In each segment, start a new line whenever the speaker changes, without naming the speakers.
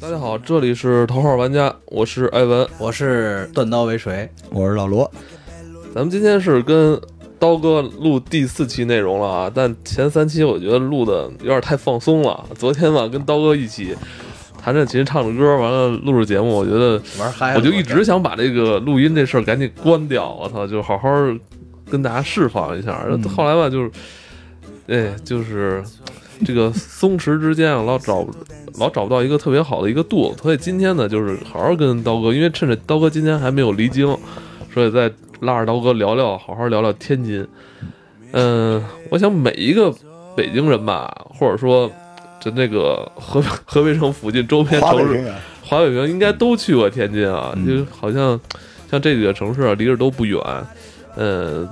大家好，这里是头号玩家，我是艾文。
我是断刀为锤，
我是老罗，
咱们今天是跟刀哥录第四期内容了啊，但前三期我觉得录的有点太放松了。昨天吧，跟刀哥一起弹着琴、唱着歌，完了录着节目，我觉得
玩嗨了。
我就一直想把这个录音这事儿赶紧关掉。我操，就好好跟大家释放一下。
嗯
后来吧，就是，哎，就是这个松弛之间啊，老找老找不到一个特别好的一个度。所以今天呢，就是好好跟刀哥，因为趁着刀哥今天还没有离京，所以再拉着刀哥聊聊，好好聊聊天津。嗯，我想每一个北京人吧，或者说。就那个河北河北省附近周边
华北
城市，
平原，
华北平应该都去过天津啊，
嗯
就好像像这几个城市啊，离着都不远，呃，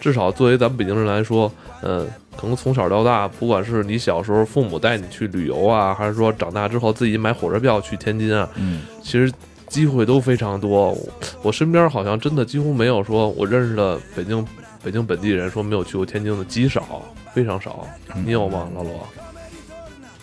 至少作为咱们北京人来说，呃，可能从小到大，不管是你小时候父母带你去旅游啊，还是说长大之后自己买火车票去天津啊，
嗯，
其实机会都非常多。我我身边好像真的几乎没有说我认识的北京北京本地人说没有去过天津的，极少，非常少。
嗯
你有吗，老罗？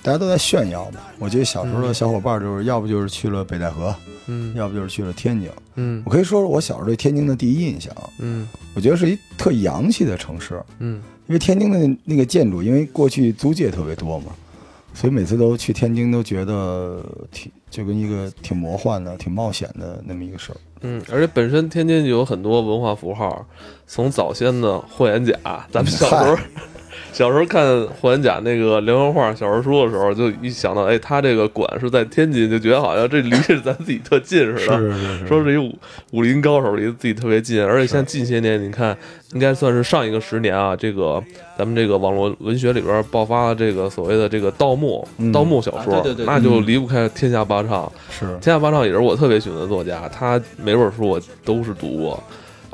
大家都在炫耀嘛。我觉得小时候的小伙伴就是要不就是去了北戴河，
嗯
要不就是去了天津。
嗯
我可以说说我小时候对天津的第一印象，
嗯
我觉得是一特洋气的城市，
嗯
因为天津的那个建筑，因为过去租界特别多嘛，所以每次都去天津都觉得挺就跟一个挺魔幻的、挺冒险的那么一个事儿。
嗯，而且本身天津就有很多文化符号，从早先的霍元甲，咱们小时候小时候看霍元甲那个连环画小人书的时候，就一想到哎，他这个馆是在天津，就觉得好像这离着咱自己特近似的。
是是
说是一武武林高手离自己特别近，而且像近些年，你看应该算是上一个十年啊，这个咱们这个网络文学里边爆发了这个所谓的这个盗墓、
嗯
盗墓小说，
啊对对对
那就离不开天下八唱。
是
天下八唱也是我特别喜欢的作家，他每本书我都是读过。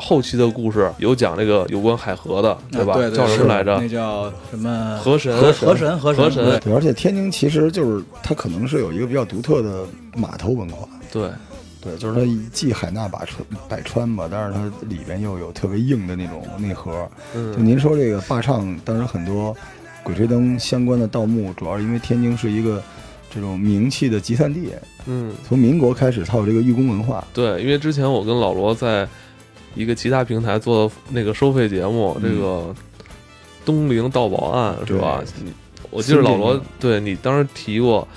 后期的故事有讲这个有关海河的，
对
吧？
啊对
叫什么
是
来着
那？叫什么？
河神，
河河神河
河
神
神，
对，而且天津其实就是它可能是有一个比较独特的码头文化。
对，
对，就是它既海纳百川百川吧，但是它里边又有特别硬的那种内核。就
嗯，
您说这个坝唱，当时很多《鬼吹灯》相关的盗墓，主要是因为天津是一个这种名气的集散地，
嗯，
从民国开始它有这个寓公文化。
对，因为之前我跟老罗在一个其他平台做的那个收费节目，
嗯
这个东陵盗宝案是吧？你我记得
新
老
这
罗
个
对你当时提过，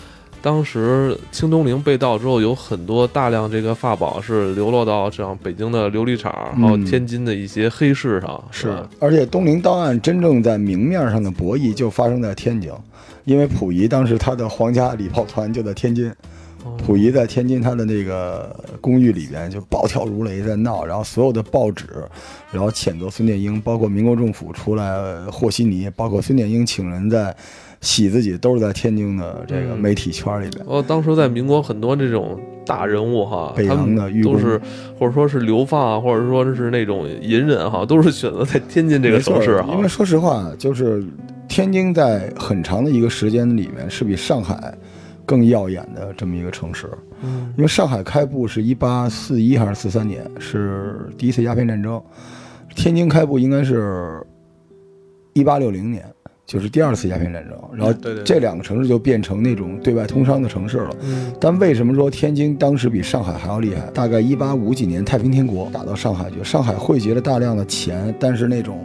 当时清东陵被盗之后，有很多大量这个法宝是流落到这样北京的琉璃厂，还有
嗯
天津的一些黑市上，吧？
而且东陵档案真正在明面上的博弈就发生在天津，因为溥仪当时他的皇家礼炮团就在天津。
哦
溥仪在天津他的那个公寓里边就暴跳如雷在闹，然后所有的报纸，然后谴责孙殿英，包括民国政府出来呃和稀泥，包括孙殿英请人在洗自己，都是在天津的这个
嗯
媒体圈里边。
哦，当时在民国很多这种大人物哈，
北
他
洋
们
的裕
都
公
是或者说是流放啊，或者说是那种隐忍哈，都是选择在天津这个
没错
城市啊哈
因。为说实话，就是天津在很长的一个时间里面是比上海更耀眼的这么一个城市。
嗯
因为上海开埠是一八四一还是四三年，是第一次鸦片战争；天津开埠应该是一八六零年，就是第二次鸦片战争。然后
对对对
这两个城市就变成那种对外通商的城市了。
嗯
但为什么说天津当时比上海还要厉害？大概一八五几年，太平天国打到上海去，上海汇集了大量的钱，但是那种，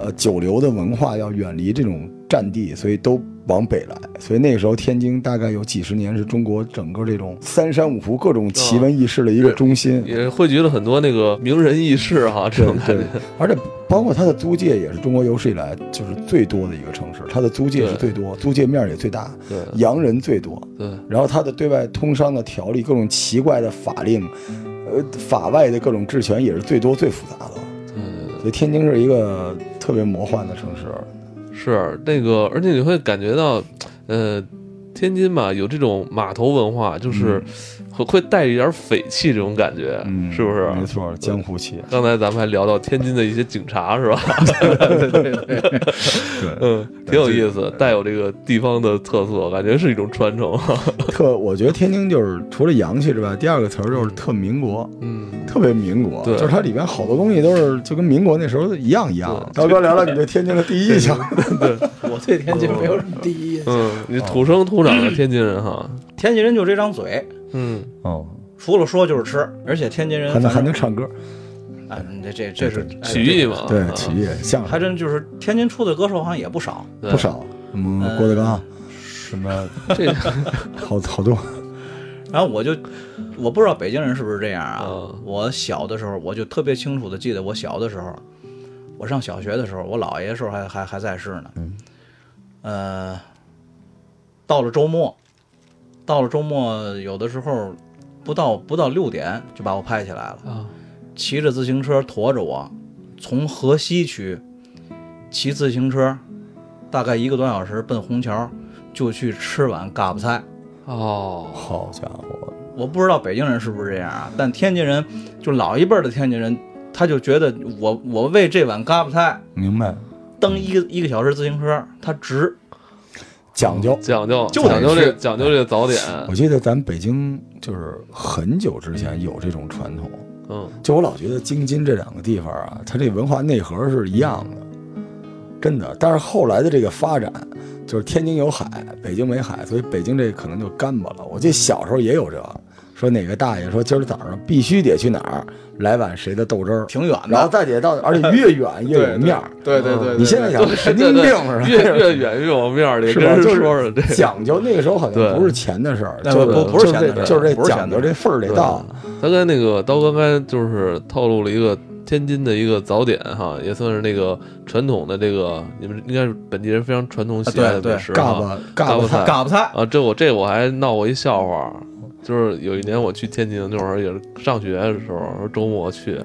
呃，九流的文化要远离这种战地，所以都往北来。所以那个时候，天津大概有几十年是中国整个这种三山五湖各种奇闻异事的一个中心。
也汇聚了很多那个名人轶事哈，这
对
种感
对
觉。，
而且包括它的租界也是中国有史以来就是最多的一个城市，它的租界是
对
最多，租界面儿也最大，
对
洋人最多。
对，
然后他的对外通商的条例、各种奇怪的法令，呃，法外的各种治权也是最多最复杂的。
对
所以天津是一个特别魔幻的城市。
是那个，而且你会感觉到，呃，天津嘛有这种码头文化，就是会会带一点匪气这种感觉，
嗯，
是不是？
没错，江湖气。
刚才咱们还聊到天津的一些警察， 是吧？
对对对，
对，
嗯，挺有意思，带有这个地方的特色，感觉是一种传 承。
特我觉得天津就是除了洋气之外，第二个词儿就是特民国，
嗯，
特别民国，
对
就是它里边好多东西都是就跟民国那时候一样一样的。
对
刀哥聊聊你对天津的第一印象，
我对天津没有什么第一印象，
嗯，你土生土长的天津人哈，
天津人就这张嘴，
嗯，
哦，
除了说就是吃，而且天津人
还能还
反正
能唱歌，
啊，这这这是哎
曲艺嘛，
对
啊，
曲艺相
对还
声
真就是天津出的歌手好像也不少，
对
不少，什么郭德纲，什么
这
好好多，
然后我就，我不知道北京人是不是这样啊？
嗯
我小的时候，我就特别清楚的记得，我小的时候，我上小学的时候，我姥爷的时候还还还在世呢。呃，到了周末，到了周末，有的时候不到不到六点就把我拍起来了，
啊，
骑着自行车驮着我，从河西区骑自行车，大概一个多小时奔虹桥，就去吃碗嘎巴菜。
哦，
好家伙，
我不知道北京人是不是这样啊，但天津人就老一辈儿的天津人，他就觉得我我为这碗嘎巴菜
明白，
蹬一个一个小时自行车，他值。
讲究。
讲究
就得
讲究这
是哎
讲究这个早点，
我记得咱北京就是很久之前有这种传统，
嗯，
就我老觉得京津这两个地方啊，它这文化内核是一样的，真的。但是后来的这个发展，就是天津有海，北京没海，所以北京这可能就干巴了。我记得小时候也有这，说哪个大爷说今儿早上必须得去哪儿来碗谁的豆汁儿，
挺远的
然后再得到，而且越 远越有面儿。
对
对对
哦你现在想神经病似的，
越 越远越往面儿里，
是
跟
吧？
人
就
说说这
是讲究那个时候好
对
像不是钱的事儿，
那
就
不不不是钱的事儿
就是
不是
这讲
钱的
究
事儿
这份儿得
对
到。
他跟那个刀哥刚才就是透露了一个天津的一个早点哈，也算是那个传统的这个你们应该是本地人非常传统喜爱
啊
的
对对
美食
嘎
哈
巴嘎巴
嘎巴菜
菜，
嘎巴菜，
啊，这我这我还闹过一笑话，就是有一年我去天津，那会儿也是上学的时候，周末去，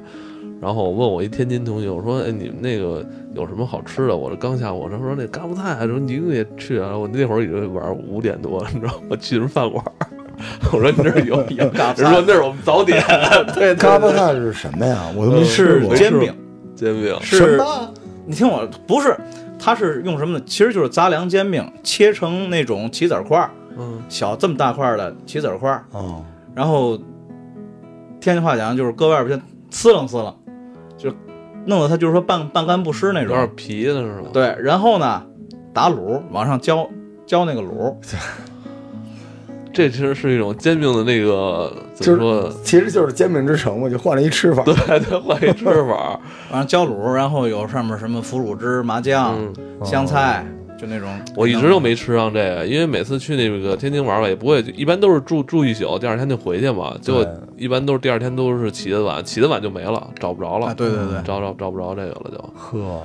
然后我问我一天津同学，我说哎你们那个有什么好吃的？我这刚下火车，说那嘎巴菜，啊说你也去啊？我那会儿已经晚上五点多，你知道吗，我去人饭馆儿， 我说你这 儿有有
嘎巴菜
人说那是我们早点， 对，
嘎巴菜是什么呀？我都没
嗯
吃过。
煎饼，
煎饼，
什
是
么？
你听我，不是，它是用什么呢？其实就是杂粮煎饼，切成那种棋子儿块儿，
嗯，
小这么大块儿的棋子儿块儿，
哦，
然后天津话讲就是搁外边先呲楞呲楞，就弄得它就是说半半干不湿那
有
种。
点皮的是吧？
对，然后呢，打卤往上浇浇那个卤，
这其实是一种煎饼的那个怎
就
么说
是
呢？
其实就是煎饼之城嘛，就换了一吃 法。
对，对，换一吃法儿，
啊
往上浇卤，然后有上面什么腐乳汁、麻酱、
嗯。
香菜，就那种。
我一直都没吃上这个，因为每次去那个天津玩吧，也不会，一般都是住住一宿，第二天就回去嘛。结果一般都是第二天都是起的晚，起的晚就没了，找不着了。
啊，对对对，
找找找不着这个了就。
呵，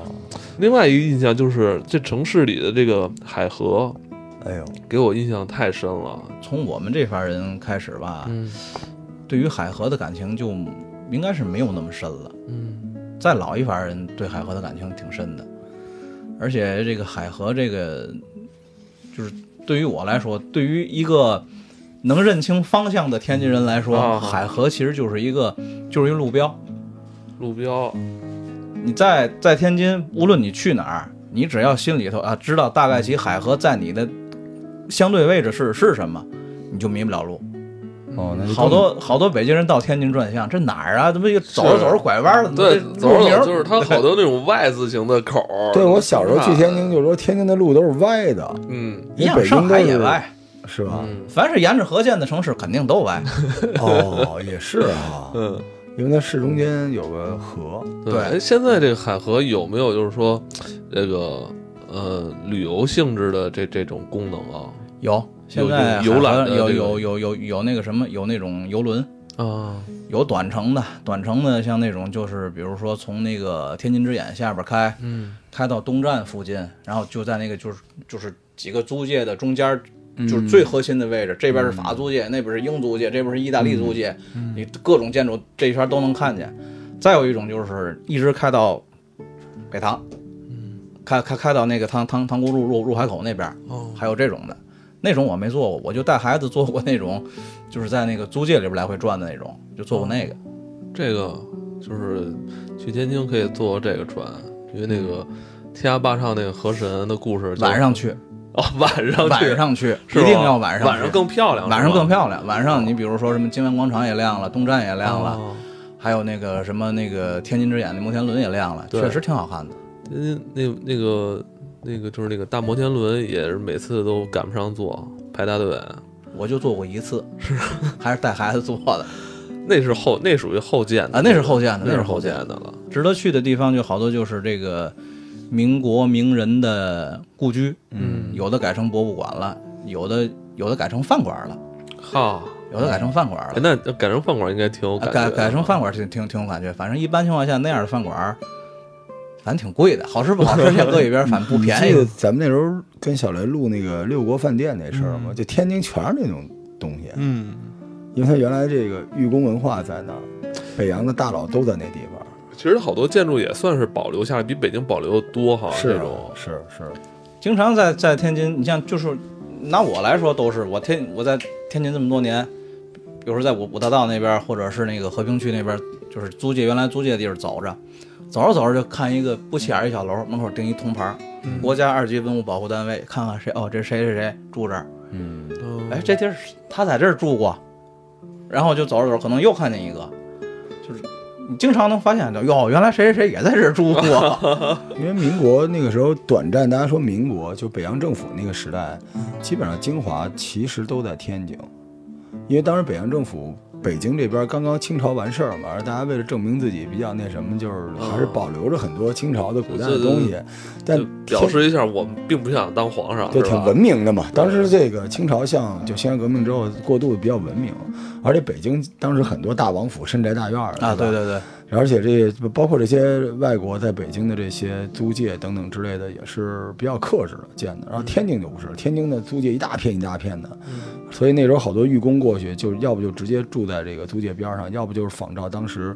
另外一个印象就是这城市里的这个海河，
哎呦，
给我印象太深了。
从我们这茬人开始吧，
嗯
对于海河的感情就应该是没有那么深了。
嗯
再老一茬人对海河的感情挺深的，而且这个海河这个，就是对于我来说，对于一个能认清方向的天津人来说，
啊
海河其实就是一个就是一路标。
路标，
嗯你在在天津，无论你去哪儿，你只要心里头啊知道大概其海河在你的相对位置是是什么，你就迷不了路。
哦，那就
好多好多北京人到天津转向，这哪儿啊？怎么又走着
是
走着拐弯了？
对，
怎
走
么这路
着
名儿
走就是它好多那种 Y 字形的口儿。
对我小时候去天津，就说天津的路都是歪的，
嗯，
一
因为
样，
北
上
京都
海也
是
歪。
是吧？
嗯
凡是沿着河建的城市，肯定都歪。
哦，也是啊，
嗯。
因为它市中间有个河，
对
哎现在这个海河有没有就是说，这个呃旅游性质的这这种功能啊？
有，现
有
在
有游览的
有
这个
有有有有那个什么，有那种游轮，
啊，
有短程的，短程的像那种就是，比如说从那个天津之眼下边开，
嗯，
开到东站附近，然后就在那个就是就是几个租界的中间儿。就是最核心的位置，这边是法租界，那边是英租界，这边是意大利租界，你各种建筑这一圈都能看见。再有一种就是一直开到北塘，开开开到那个塘塘塘沽路入入海口那边，
哦，
还有这种的。那种我没做过，我就带孩子做过那种，就是在那个租界里边来回转的那种，就做过那个。
嗯这个就是去天津可以坐这个船，因为那个天涯坝上那个河神的故事就，
晚上去，
哦，晚上去
晚上去，
是
一定
吧
要晚上去，
晚上更漂亮，
晚上
是吧
更漂亮。晚上你比如说什么金湾广场也亮了，东站也亮了，
哦
还有那个什么那个天津之眼的摩天轮也亮了，
对
确实挺好看的。
天津那那个那个就是那个大摩天轮，也是每次都赶不上坐，排大队。
我就做过一次，是
啊
还是带孩子做的
那是后那属于后建的
啊，那是后建的，
那
是
是
后
后
建
建的
的。
了。
值得去的地方就好多就是这个民国名人的故居，
嗯，
有的改成博物馆了，有的有的改成饭馆了，
哈，
有的改成饭馆了
哎。
嗯
那改成饭馆应该挺有
啊
感觉
改
的。
改成饭馆挺挺挺有感觉，反正一般情况下那样的饭馆儿，反正挺贵的，好吃不好吃先搁一边儿，反正不
你
便
记得
宜。
咱们那时候跟小雷录那个六国饭店那事儿嘛，就天津全是那种东西，
嗯，
因为它原来这个裕工文化在那儿，北洋的大佬都在那地方。
其实好多建筑也算是保留下来，比北京保留的多哈。
是
这
啊
种
是是，
经常在在天津，你像就是拿我来说，都是我天我在天津这么多年，有时候在五五大道那边儿，或者是那个和平区那边儿，就是租界原来租界的地儿走着，走着走着就看一个不起眼儿一小楼，门口钉一铜牌儿，国家二级文物保护单位，看看谁哦，这谁谁谁住这儿。
嗯，
嗯
哎，这地儿是他在这儿住过，然后就走着走着，可能又看见一个，就是你经常能发现的，哟，原来谁谁谁也在这儿住过，
因为民国那个时候短暂，大家说民国就北洋政府那个时代，基本上精华其实都在天津，因为当时北洋政府。北京这边刚刚清朝完事儿嘛，而大家为了证明自己比较那什么，就是还是保留着很多清朝的古代的东西，但
就表示一下，我们并不想当皇上，
对，
是
挺
吧
文明的嘛。当时这个清朝向就辛亥革命之后过渡的比较文明，而且北京当时很多大王府、深宅大院儿
啊，对
对吧，
对对，
而且这包括这些外国在北京的这些租界等等之类的，也是比较克制的建
嗯
的。然后天津就不是，天津的租界一大片一大片的，所以那时候好多寓工过去，就要不就直接住在这个租界边儿上，要不就是仿照当时。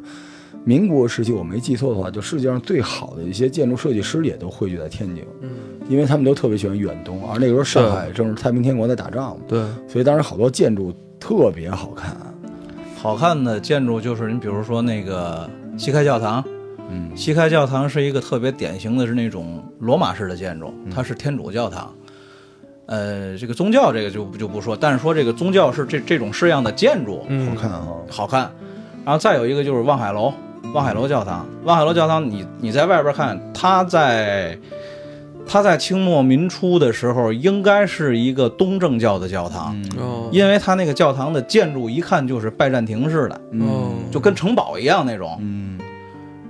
民国时期，我没记错的话，就世界上最好的一些建筑设计师也都汇聚在天津。
嗯，
因为他们都特别喜欢远东，而那个时候上海正是太平天国在打仗嘛，
对，
所以当时好多建筑特别好看。
好看的建筑就是你比如说那个西开教堂，
嗯
西开教堂是一个特别典型的，是那种罗马式的建筑，它是天主教堂。呃，这个宗教这个就就不说，但是说这个宗教是这这种式样的建筑，
好
嗯，
看啊哈、
好看。然后再有一个就是望海楼，望海楼教堂，望海楼教堂你，你在外边看，它在它在清末民初的时候，应该是一个东正教的教堂，
哦，
因为它那个教堂的建筑一看就是拜占庭式的，
嗯
就跟城堡一样那种。
嗯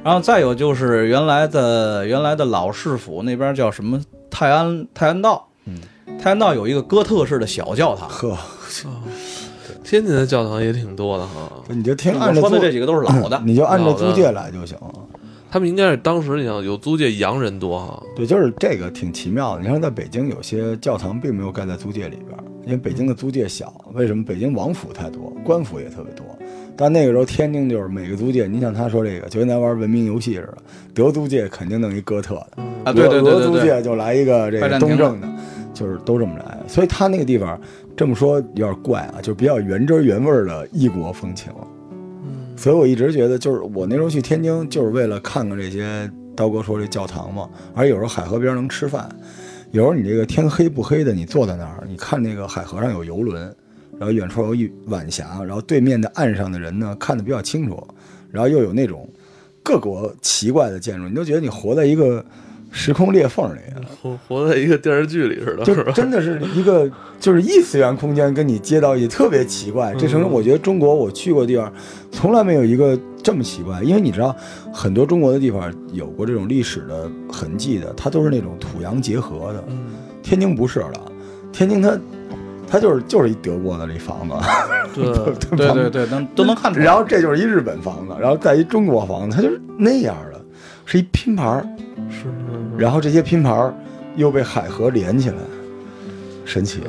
然后再有就是原来的原来的老市府那边叫什么泰安泰安道，
嗯，
泰安道有一个哥特式的小教堂。
呵，
天津的教堂也挺多的哈。
你就听
我
按着
说的
租，
这几个都是老的
你就按照
老的
租界来就行。
他们应该是当时你想有租界洋人多哈，
对，就是这个挺奇妙的。你看，在北京有些教堂并没有盖在租界里边儿，因为北京的租界小。为什么？北京王府太多，官府也特别多。但那个时候天津就是每个租界，你像他说这个，就跟咱玩文明游戏似的，德租界肯定弄一哥特的，
啊，对对对
俄
对
租
对，
界就来一个这
拜占
个
庭
东
的
正的，就是都这么来。所以他那个地方这么说有点怪啊，就比较原汁原味儿的异国风情。
嗯，
所以我一直觉得，就是我那时候去天津，就是为了看看这些刀哥说这教堂嘛。而有时候海河边能吃饭，有时候你这个天黑不黑的，你坐在那儿，你看那个海河上有游轮，然后远处有一晚霞，然后对面的岸上的人呢看得比较清楚，然后又有那种各国奇怪的建筑，你都觉得你活在一个时空裂缝里。
活活在一个电视剧里似的，
就是
吧？
真的是一个就是异次元空间跟你接到一起，特别奇怪。这城市我觉得中国我去过地方，从来没有一个这么奇怪。因为你知道，很多中国的地方有过这种历史的痕迹的，它都是那种土洋结合的。
嗯，
天津不是了，天津它它就是就是一德国的这房子，
对，
对对对，能都能看出来。
然后这就是一日本房子，然后再一中国房子，它就是那样的，是一拼盘儿，
是，是
然后这些拼盘儿又被海河连起来，神奇。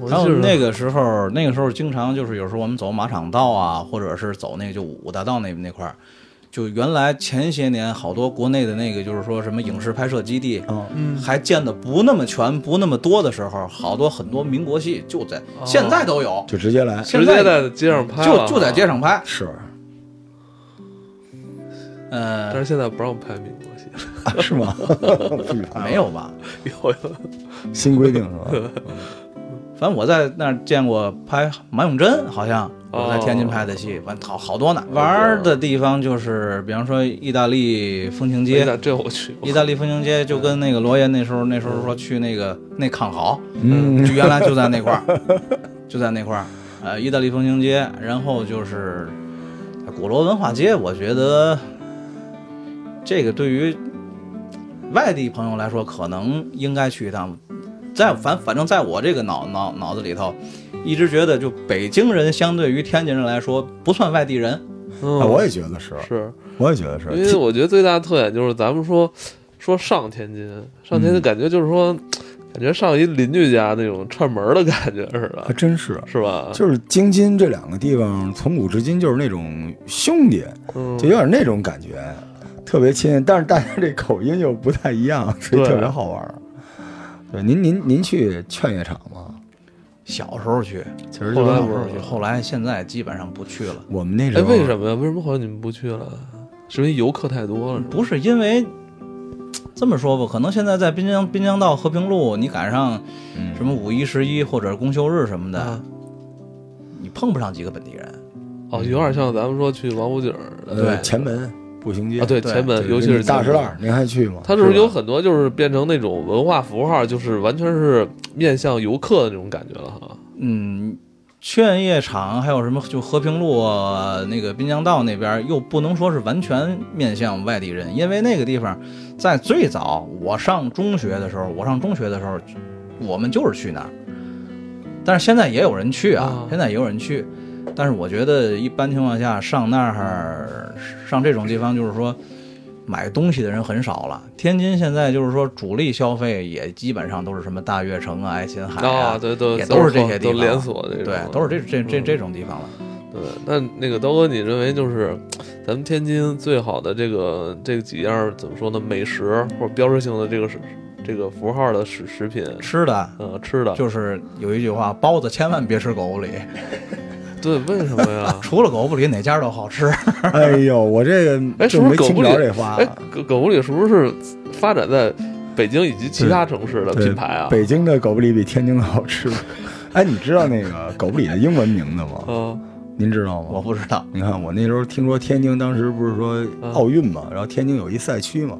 我
还
记
有
得
那个时候，那个时候经常就是有时候我们走马场道啊，或者是走那个就五大道那那块儿，就原来前些年好多国内的那个就是说什么影视拍摄基地，
嗯，
嗯，
还建的不那么全、不那么多的时候，好多很多民国戏就在现在都有，
就直接来，
哦直
现
接
在
在街上拍
就
了
就在街上拍。
是
但
嗯，
是现在不让拍民国戏，
啊 是吗？不许拍了
没有吧？
有嗯有
新规定是吧？
反正我在那儿见过拍马永贞，好像
哦
我在天津拍的戏，完好好多呢。玩儿的地方就是，比方说意大利风情街，
那这我去过
意大利风情街就跟那个罗爷那时候那时候说去那个那康豪，
嗯，
就原来就在那块儿，就在那块儿，呃，意大利风情街，然后就是鼓楼文化街，我觉得这个对于外地朋友来说，可能应该去一趟。在反反正在我这个脑脑脑子里头，一直觉得就北京人相对于天津人来说不算外地人，
嗯
哎我也觉得是，
是，
我也觉得是，
因为我觉得最大的特点就是咱们说说上天津，上
嗯
天津感觉就是说，感觉上一邻居家那种串门儿的感觉似
还
的，
真是。
是吧？
就是京津这两个地方，从古至今就是那种兄弟，
嗯
就有点那种感觉，特别亲。但是大家这口音又不太一样，所以
对
特别好玩儿。对，您您您去劝业场吗？
小时候去，
其实就
后来
是
小
不
时
是
候去，后来现在基本上不去了。
我们那时
哎，
候，
为什么呀？为什么后来你们不去了？是因为游客太多了，是吧？
不是因为这么说吧，可能现在在滨江滨江道和平路，你赶上
嗯
什么五一、十一或者是公休日什么的，
啊
你碰不上几个本地人。
哦，有点像咱们说去王府井儿的
呃
对
前门步行街
啊，对
对
前门，
对
尤其
你
是
大
石
栅栏，，您还去吗？
它就是
吧
有很多就是变成那种文化符号，就是完全是面向游客的那种感觉了哈。
嗯，劝业场还有什么就和平路、呃那个滨江道那边，又不能说是完全面向外地人，因为那个地方在最早我上中学的时候，我上中学的时候，我们就是去那儿。但是现在也有人去啊
啊，
现在也有人去，但是我觉得一般情况下上那儿上这种地方，就是说买东西的人很少了。天津现在就是说主力消费也基本上都是什么大悦城啊、爱琴
哎
海
啊，对对，
也都是这些地
都
方
连锁这种，
对，都是这这这
嗯
这种地方了。
对，那那个刀哥，你认为就是咱们天津最好的这个这几样儿怎么说呢？美食或者标志性的这个是这个符号的食食品，
吃的
呃，吃的，
就是有一句话，包子千万别吃狗不理，？
对，为什么呀
除了狗不理哪家都好吃。
哎呦，我这个
哎，是
就
不
没
是狗
听
不
着
理？
这话。
哎，狗狗不理是不是发展在北京以及其他城市的
对
品牌啊？
北京的狗不理比天津的好 吃。哎，你知道那个狗不理的英文名字吗？
嗯，
您知道
我
吗？
不知道，
你看我那时候听说天津当时不是说
嗯
奥运嘛，然后天津有一赛区嘛，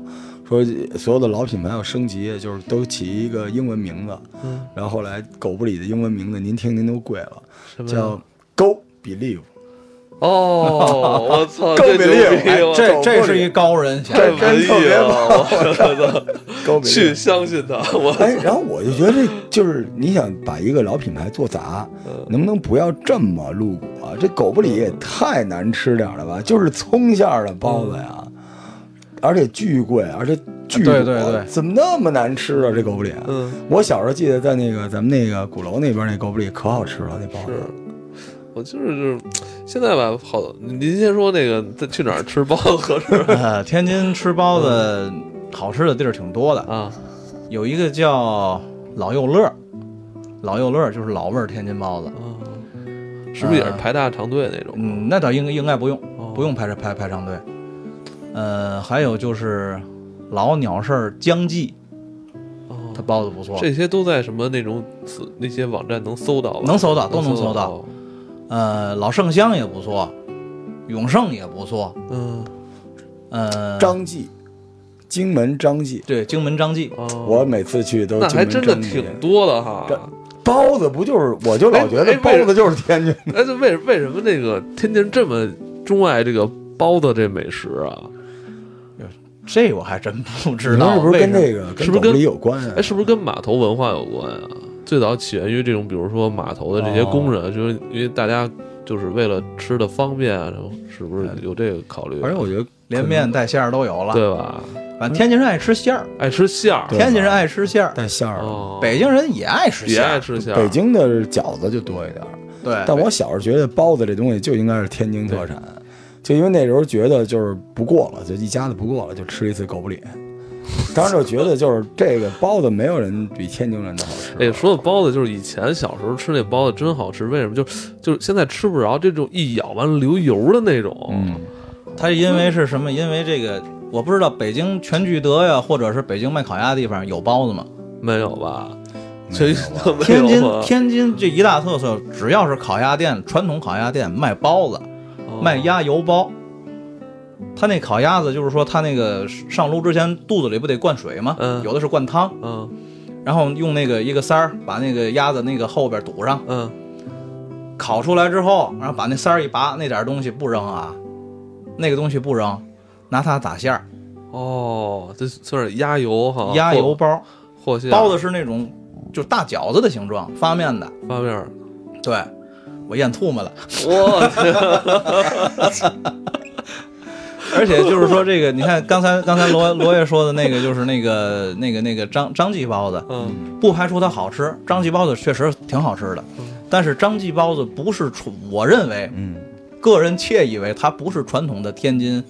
说所有的老品牌要升级，就是都起一个英文名字。
嗯
然后后来狗不理的英文名字您听您都跪了，
什么呀
叫 Go Believe。
哦，我 操，
够
这
给
牛
力
逼！
哎
我
这
狗不理
这是一高人，想
太
想
文
特
艺
别
了，我 操，
Go
去
Believe。
相信他， 我
哎，然后我就觉得这就是你想把一个老品牌做砸，
嗯
能不能不要这么露骨啊？这狗不理也太难吃点儿了吧？就是葱馅儿的包
嗯
子呀，而且巨贵，而且巨
对对对
怎么那么难吃啊？这狗不理，
嗯
我小时候记得在那个咱们那个鼓楼那边那狗不理可好吃了，那包
是
子。。
我就是现在吧，好，您先说那个在去哪儿吃包子合适
呃， 天津吃包子好吃的地儿挺多的，
啊？
有一个叫老幼乐，老幼乐就是老味儿天津包子。
嗯，是不是也是排大长队那种？
嗯，那倒应该应该不用，
哦
啊嗯不用排排排长队。呃，还有就是老鸟事儿江记，
哦
它包子不错。
这些都在什么那种搜那些网站能搜到吧？哦
能搜到都能
搜
搜到。呃，老盛香也不错，永盛也不错。
嗯，
呃，
张记，荆门张记，
对荆门张记，
哦
我每次去都是
那
荆
还
门
真的
张记
挺多的哈。
包子，不就是我就
哎
老觉
哎
得包
为
子就是天津
哎，这为为什么那个天津这么钟爱这个包子这美食啊？
这我还真不知
你那
道
是不是
为什
跟
么。
这个
是不是
狗不
跟
理有关啊
哎，？是不是跟码头文化有关啊？最早起源于这种，比如说码头的这些工
哦
人，就是因为大家就是为了吃的方便啊，然后是不
哎
是有这个考虑？
而且我觉得
连面带馅儿都有了，
对吧？
反正天津人爱吃馅儿，
爱吃馅儿，
对
天津人爱吃馅儿，
带馅儿的，
哦，
北京人也爱吃
也
馅
爱
儿。
吃馅儿。哎
北京的饺子就多一点儿。
对，
嗯
但我小时候觉得包子这东西就应该是天津特产，就因为那时候觉得就是不过了，就一家子不过了，就吃了一次狗不理。当时就觉得就是这个包子没有人比天津人的好吃。
哎，说到包子，就是以前小时候吃那包子真好吃，为什么？就就是现在吃不着这种一咬完流油的那种，
嗯，
它因为是什么？因为这个我不知道，北京全聚德呀，或者是北京卖烤鸭的地方有包子吗？
没有吧？
没
全
有啊
聚
吧
德没
啊天津
有啊哦吧？
天津这一大特色，只要是烤鸭店，传统烤鸭店卖包子，
哦
卖鸭油包。他那烤鸭子就是说，他那个上炉之前肚子里不得灌水吗？
嗯
有的是灌汤，
嗯
然后用那个一个塞儿把那个鸭子那个后边堵上，
嗯，
烤出来之后，然后把那塞儿一拔，那点儿东西不扔啊，那个东西不扔，拿它打馅儿，
哦，这算是鸭油哈，
鸭油
或
包。
或馅
包子是那种就大饺子的形状，发面的。
发面儿，
对，我咽吐沫了。
我天，
而且就是说这个，你看刚才刚才罗罗爷说的那个，就是那个那个那个张张记包子，
嗯
不排除它好吃，张记包子确实挺好吃的。但是张记包子不是传，我认为，
嗯，
个人窃以为它不是传统的天津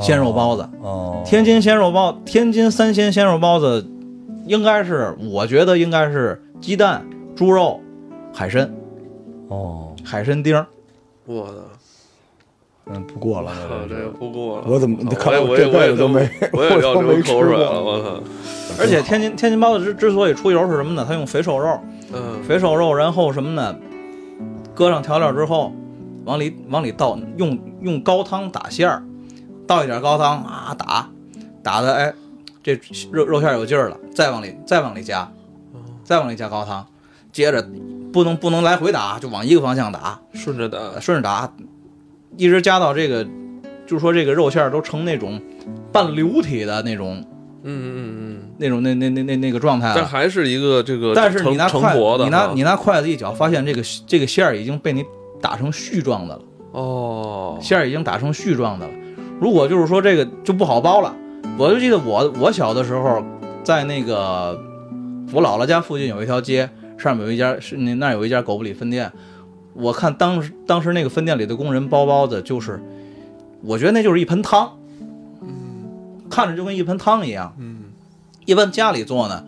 鲜肉包子。
哦，
天津鲜肉包，天津三鲜鲜肉包子，应该是我觉得应该是鸡蛋、猪肉、海参、
哦，
海参丁儿。
我的，
嗯，不过了，
靠，这个不过了，
我怎么看来
我
这
也我
辈
也
子都没
我也
我
要
都没
流口水
吃过
了，我操，
而且天津天津包子之之所以出油是什么呢？它用肥瘦肉，
嗯，
肥瘦肉，然后什么呢？搁上调料之后，往里往里倒，用用高汤打馅儿，倒一点高汤啊打，打的哎，这肉肉馅儿有劲儿了，再往里再往里加，再往里加高汤，接着不能不能来回打，就往一个方向打，
顺着打，
顺着打，一直加到这个，就是说这个肉馅儿都成那种半流体的那种
嗯嗯嗯嗯，
那种那那那那那个状态了
但。还是一个这个成，
但是你拿
成
筷，
活的哈，
你拿你拿筷子一搅，发现这个这个馅儿已经被你打成絮状的了，
哦，
馅儿已经打成絮状的了。如果就是说这个就不好包了，我就记得我我小的时候，在那个我姥姥家附近有一条街，上面有一家是那那儿有一家狗不理分店，我看当时当时那个分店里的工人包包子，就是我觉得那就是一盆汤，看着就跟一盆汤一样。
嗯，
一般家里做呢，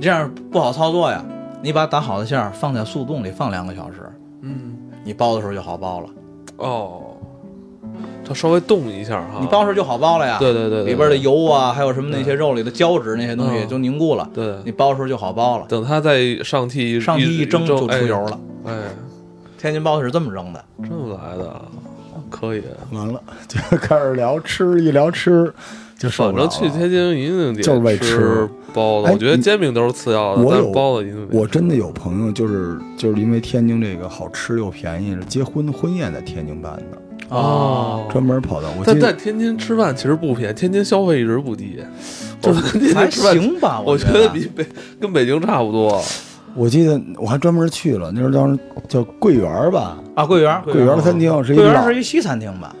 这样不好操作呀。你把打好的馅儿放在速冻里放两个小时，
嗯，
你包的时候就好包了。
哦，它稍微动一下哈，
你包的时候就好包了呀。
啊对对对对对
里边的油啊，还有什么那些肉里的胶质那些东西
嗯
就凝固了，
对，
你包的时候就好包了。
等它再上屉一
上屉一蒸就出油，了。
哎哎，
天津包子是这么蒸的，
这么来的，可以，
完了，就开始聊吃，一聊吃就受
反
不了
正
了
去天津一定得
就是为
吃
吃
包子，
哎
我觉得煎饼都是次要的，
我
但是
有
包子一定得
我真的有朋友就是就是因为天津这个好吃又便宜，结婚婚宴在天津办的，
哦。
专门跑到我记
但在
得
天津吃饭其实不便宜，天津消费一直不低，
就是
我天
还
津吃饭，
行吧？
我
觉
觉得比北跟北京差不多。
我记得我还专门去了，那时候当时叫桂园儿吧，
啊，桂园
桂园儿餐厅是一
桂园
老
是一西餐厅吧？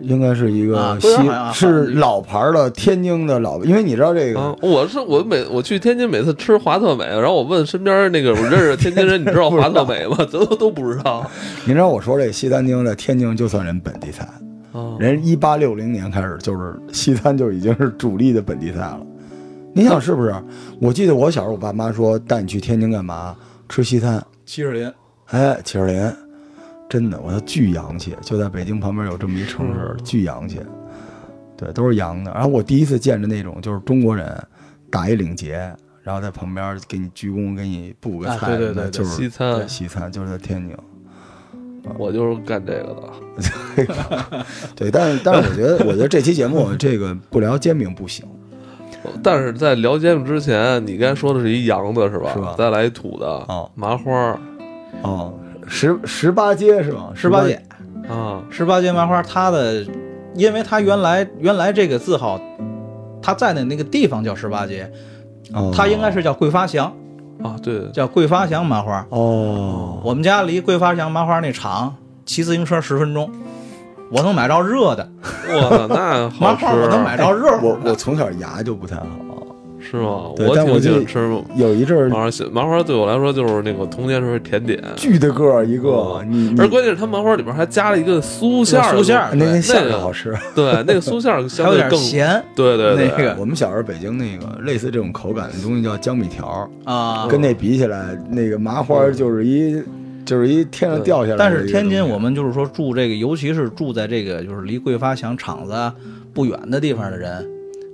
应该是一
啊
个
桂
西、
园好像
是老牌儿的天津的老，因为你知道这个、
嗯
啊，我是我每我去天津每次吃华特美，然后我问身边那个我认识的天津人，你知道华特 美吗？ 都都不知道。
你知道我说这西餐厅在天津就算人本地菜，
啊，
人一八六零年开始就是西餐就已经是主力的本地菜了。你想是不是？我记得我小时候，我爸妈说带你去天津干嘛？吃西餐。
七士林
哎，七十林，真的，我操，巨洋气！就在北京旁边有这么一城市，
嗯
巨洋气。对，都是洋的。然后我第一次见着那种就是中国人打一领结，然后在旁边给你鞠躬，给你布个
啊
菜
对对
什么
对对
的，就是
西餐
对西餐就是在天津。
我就是干这个的。
对，但是但是我觉得，我觉得这期节目这个不聊煎饼不行。
但是在聊煎饼之前，你刚才说的是一洋的是吧？
是吧
再来一土的，
啊
哦
麻花儿
哦，十十八街是吗？
十八街，
啊，
十八街麻花，它的，因为它原来原来这个字号，它在的那个地方叫十八街，
哦，
它应该是叫桂发祥，
啊， 对，
叫桂发祥麻花。
哦，
我们家离桂发祥麻花那厂骑自行乎车十分钟，我能买着热的
我操，那
麻
好吃
花，我能买着热乎
哎我我
的。
从小牙就不太好，
是吗？
对
我
但我
挺喜
就
欢吃
有一阵儿
麻
啊
花小，麻花对我来说就是那个童年时候的甜点，
巨大个儿一
哦
个，
嗯
你你
而关键是它麻花里边还加了一个酥馅儿的，
有酥馅儿
那
对
那馅
那
儿
个
好吃。
对，那个酥馅儿
还
相
有
对
点
更，
咸
对对 对，
那个
我们小时候北京那个类似这种口感的东西叫江米条儿，
啊。
跟那比起来，那个麻花儿就是一
嗯
就是一天上掉下来的
但
一个
是
东西。
天津，我们就是说住这个，尤其是住在这个就是离桂发祥厂子啊不远的地方的人，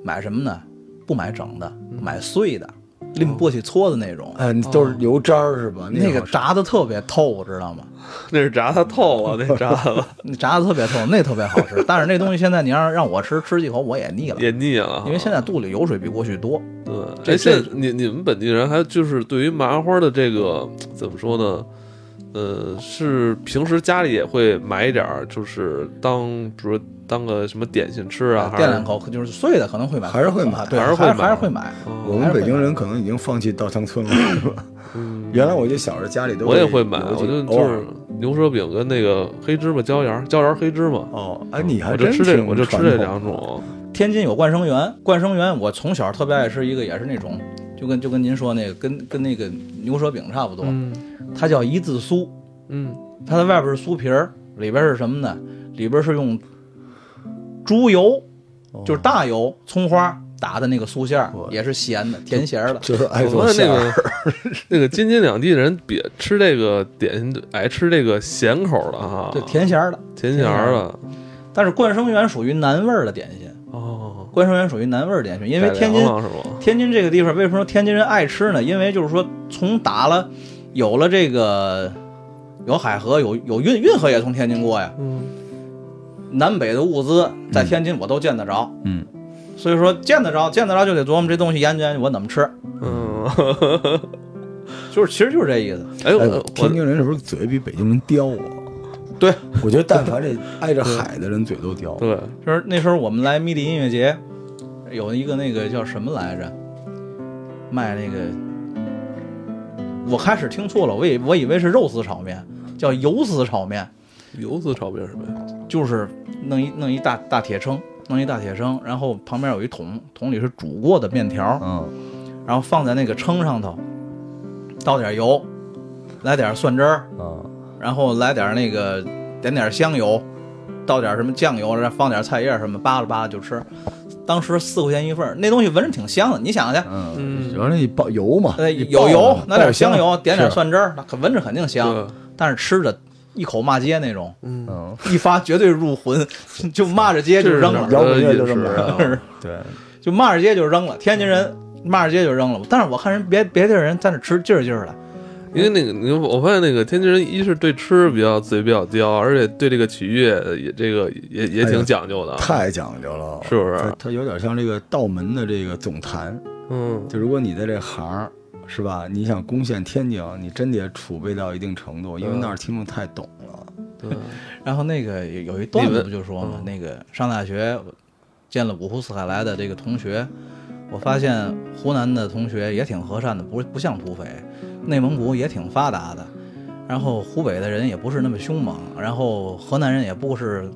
买什么呢？不买整的，买碎的，拎簸箕搓的那种，
嗯都
哦
是油渣儿是吧？
那个
好吃
炸的特别透，知道吗？
那是炸它透了，那炸了
那炸的特别透，那特别好 吃。但是那东西现在你让让我吃，吃几口我也腻了，
也啊腻了哈，
因为现在肚里油水比过去多。
对，
这
哎，现
这
你你们本地人还就是对于麻花的这个怎么说呢？呃，是平时家里也会买一点儿，就是当比如当个什么点心吃啊，还
垫
是
呃两口就是碎的可能会买，
还是会买
啊对，
还
还
是会买
还是会买。
我们北京人可能已经放弃稻香村了，是吧？原来我就小时候家里都
我也
会
会买，
有几
我就就
偶尔
是牛舌饼跟那个黑芝麻椒盐儿，椒盐儿黑芝麻，
哦，哎，你还
我就
真
吃这，
挺
我就吃
传
这
统
两种。
天津有冠生园，冠生园我从小特别爱吃一个，也是那种，就跟就跟您说那个，跟跟那个牛舌饼差不多，
嗯
它叫一字酥，
嗯，
它的外边是酥皮儿，里边是什么呢？里边是用猪油，
哦
就是大油、葱花打的那个酥馅儿，也是咸的，甜咸儿的。
就是爱
我
做
发现
馅
那
儿。
个 那个京津两地人比吃这个点心爱吃这个咸口的哈，
对，甜咸儿的，
甜咸儿的
但是冠生园属于南味儿的点心，
哦，
冠生园属于南味儿点心，因为
改
天
良
津
了是吗？
天津这个地方为什么说天津人爱吃呢？因为就是说，从打了有了这个有海河，有有运运河也从天津过呀，
嗯。
南北的物资在天津我都见得着，
嗯，
所以说见得着，见得着就得琢磨这东西研究研究我怎么吃，
嗯，
就是其实就是这意思。
哎，
哎，
我
天津人是不是嘴比北京人刁啊？
对，
我觉得 但凡这挨着海的人嘴都刁
我。对，
就是那时候我们来迷笛音乐节，有一个那个叫什么来着，卖那个，我开始听错了，我以我以为是肉丝炒面，叫油丝炒面。
油丝炒面什么呀？
就是弄一弄一大大铁铛，弄一大铁铛，然后旁边有一桶，桶里是煮过的面条，
嗯，
然后放在那个铛上头，倒点油，来点蒜汁儿，
嗯
然后来点那个点点香油，倒点什么酱油，然后放点菜叶什么，扒拉扒拉就吃。当时四块钱一份儿，那东西闻着挺香的，你想想去，
嗯
嗯，主要是你爆油嘛，
呃，
你
有
爆
油
嘛，
拿点
爆
香油，点点
是，
蒜汁儿，那可闻着肯定香，
对，
但是吃着一口骂街那 种，
嗯，
嗯，
一发绝对入魂，就骂着街就扔了。
摇滚乐就这么
是
来
啊
的，对，
就骂着街就扔了。天津人骂着街就扔了，但是我看人别别的人在那吃劲儿劲儿的，
因为那个，你我发现那个天津人，一是对吃比较嘴比较刁，而且对这个曲艺也这个也也
哎呀
挺讲究的，
太讲究了，
是啊不
它
是？
它有点像这个道门的这个总坛，
嗯，
就如果你在这行儿，是吧？你想攻陷天津，你真得储备到一定程度，
嗯
因为那儿听众太懂了。
对，
然后那个有有一段
你
子
们
不就说嘛
嗯，
那个上大学我见了五湖四海来的这个同学，我发现湖南的同学也挺和善的，不不像土匪，内蒙古也挺发达的。然后湖北的人也不是那么凶猛，然后河南人也不是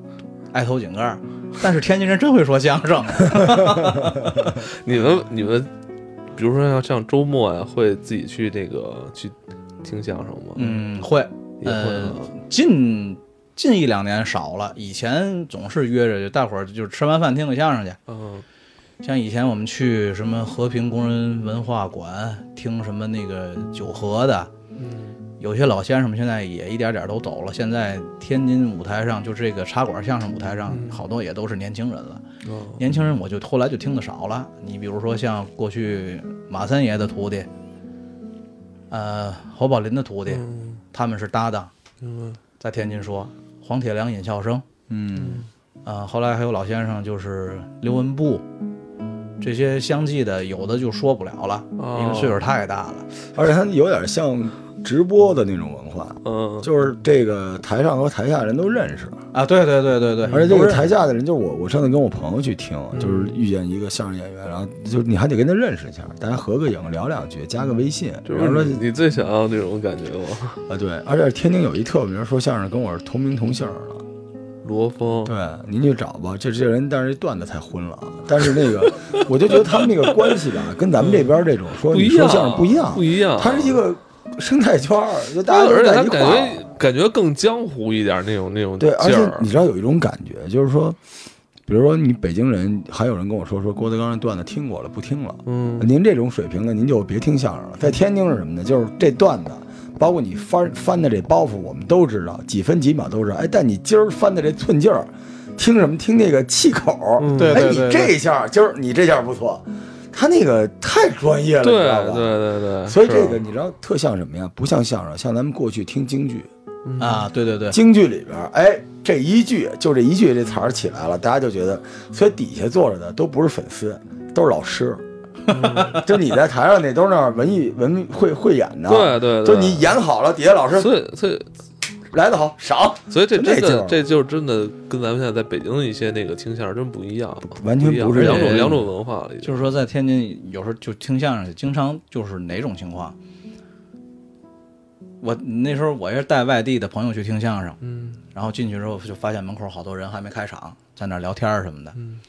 爱偷井盖儿，但是天津人真会说相声，啊
你们你们，比如说像像周末呀，会自己去那个去听相声吗？，
嗯，会，
也会
呃
吗，
近近一两年少了，以前总是约着就大伙儿就是吃完饭听个相声去。
嗯，
像以前我们去什么和平工人文化馆听什么那个九和的，
嗯
有些老先生们现在也一点点都走了。现在天津舞台上就是这个茶馆相声舞台上，好多也都是年轻人了。
哦，
年轻人我就后来就听得少了。你比如说像过去马三爷的徒弟，呃，侯宝林的徒弟，
嗯，
他们是搭档。
明白，
在天津说，黄铁良、尹笑声，
嗯，
呃，后来还有老先生就是刘文步，这些相继的，有的就说不了了，
哦
因为岁数太大了。
而且它有点像直播的那种文化，
嗯，
就是这个台上和台下人都认识，
啊，对对对对对，
而且这
都嗯
个
是
台下的人，就是我，我上次跟我朋友去听，就是遇见一个相声演员，然后就是你还得跟他认识一下，大家合个影，聊两句，加个微信，
这
然
不
后说
是你你最想要那种感觉吗？
啊对，而且天津有一特有名说相声跟我是同名同姓儿的，
罗峰，
对，您去找吧。这这人，但是这段子太昏了啊。但是那个，我就觉得他们那个关系吧，跟咱们这边这种说
不
你
一
说
样，
相声不一样，
不一样。
它是一个生态圈儿，就大
他
家都
而且
在
他
一块
感
儿。
觉感觉更江湖一点那种那种劲
对，而且
儿
你，知道有一种感觉，就是说，比如说你北京人，还有人跟我说说郭德纲的段子听过了，不听了。
嗯，
您这种水平的，您就别听相声了。在天津是什么呢？就是这段子，包括你翻翻的这包袱，我们都知道，几分几秒都知道。哎，但你今儿翻的这寸劲儿，听什么？听那个气口儿。
嗯
对
哎，你这一下，今儿你这下不错，他那个太专业了，
对
你知道
对
吧？
对对，
所以
是啊
这个你知道特像什么呀？不像相声，像咱们过去听京剧，
啊，对对对，
京剧里边儿，哎，这一句就这一句这词儿起来了，大家就觉得，所以底下坐着的都不是粉丝，都是老师，
嗯
就你在台上那都是那文艺文会会演的，
对对对
就你演好了，底下老师
所以所以
来的好，赏，
所以这
就那
真
劲
的
儿
这就是真的跟咱们现在在北京的一些那个听相声真不一样，
完全
不一样
不是
两种
对
两种文化了已经，
就是说在天津有时候就听相声，经常就是哪种情况。我那时候我也是带外地的朋友去听相声，
嗯
然后进去之后就发现门口好多人还没开场，在那儿聊天儿什么的。
嗯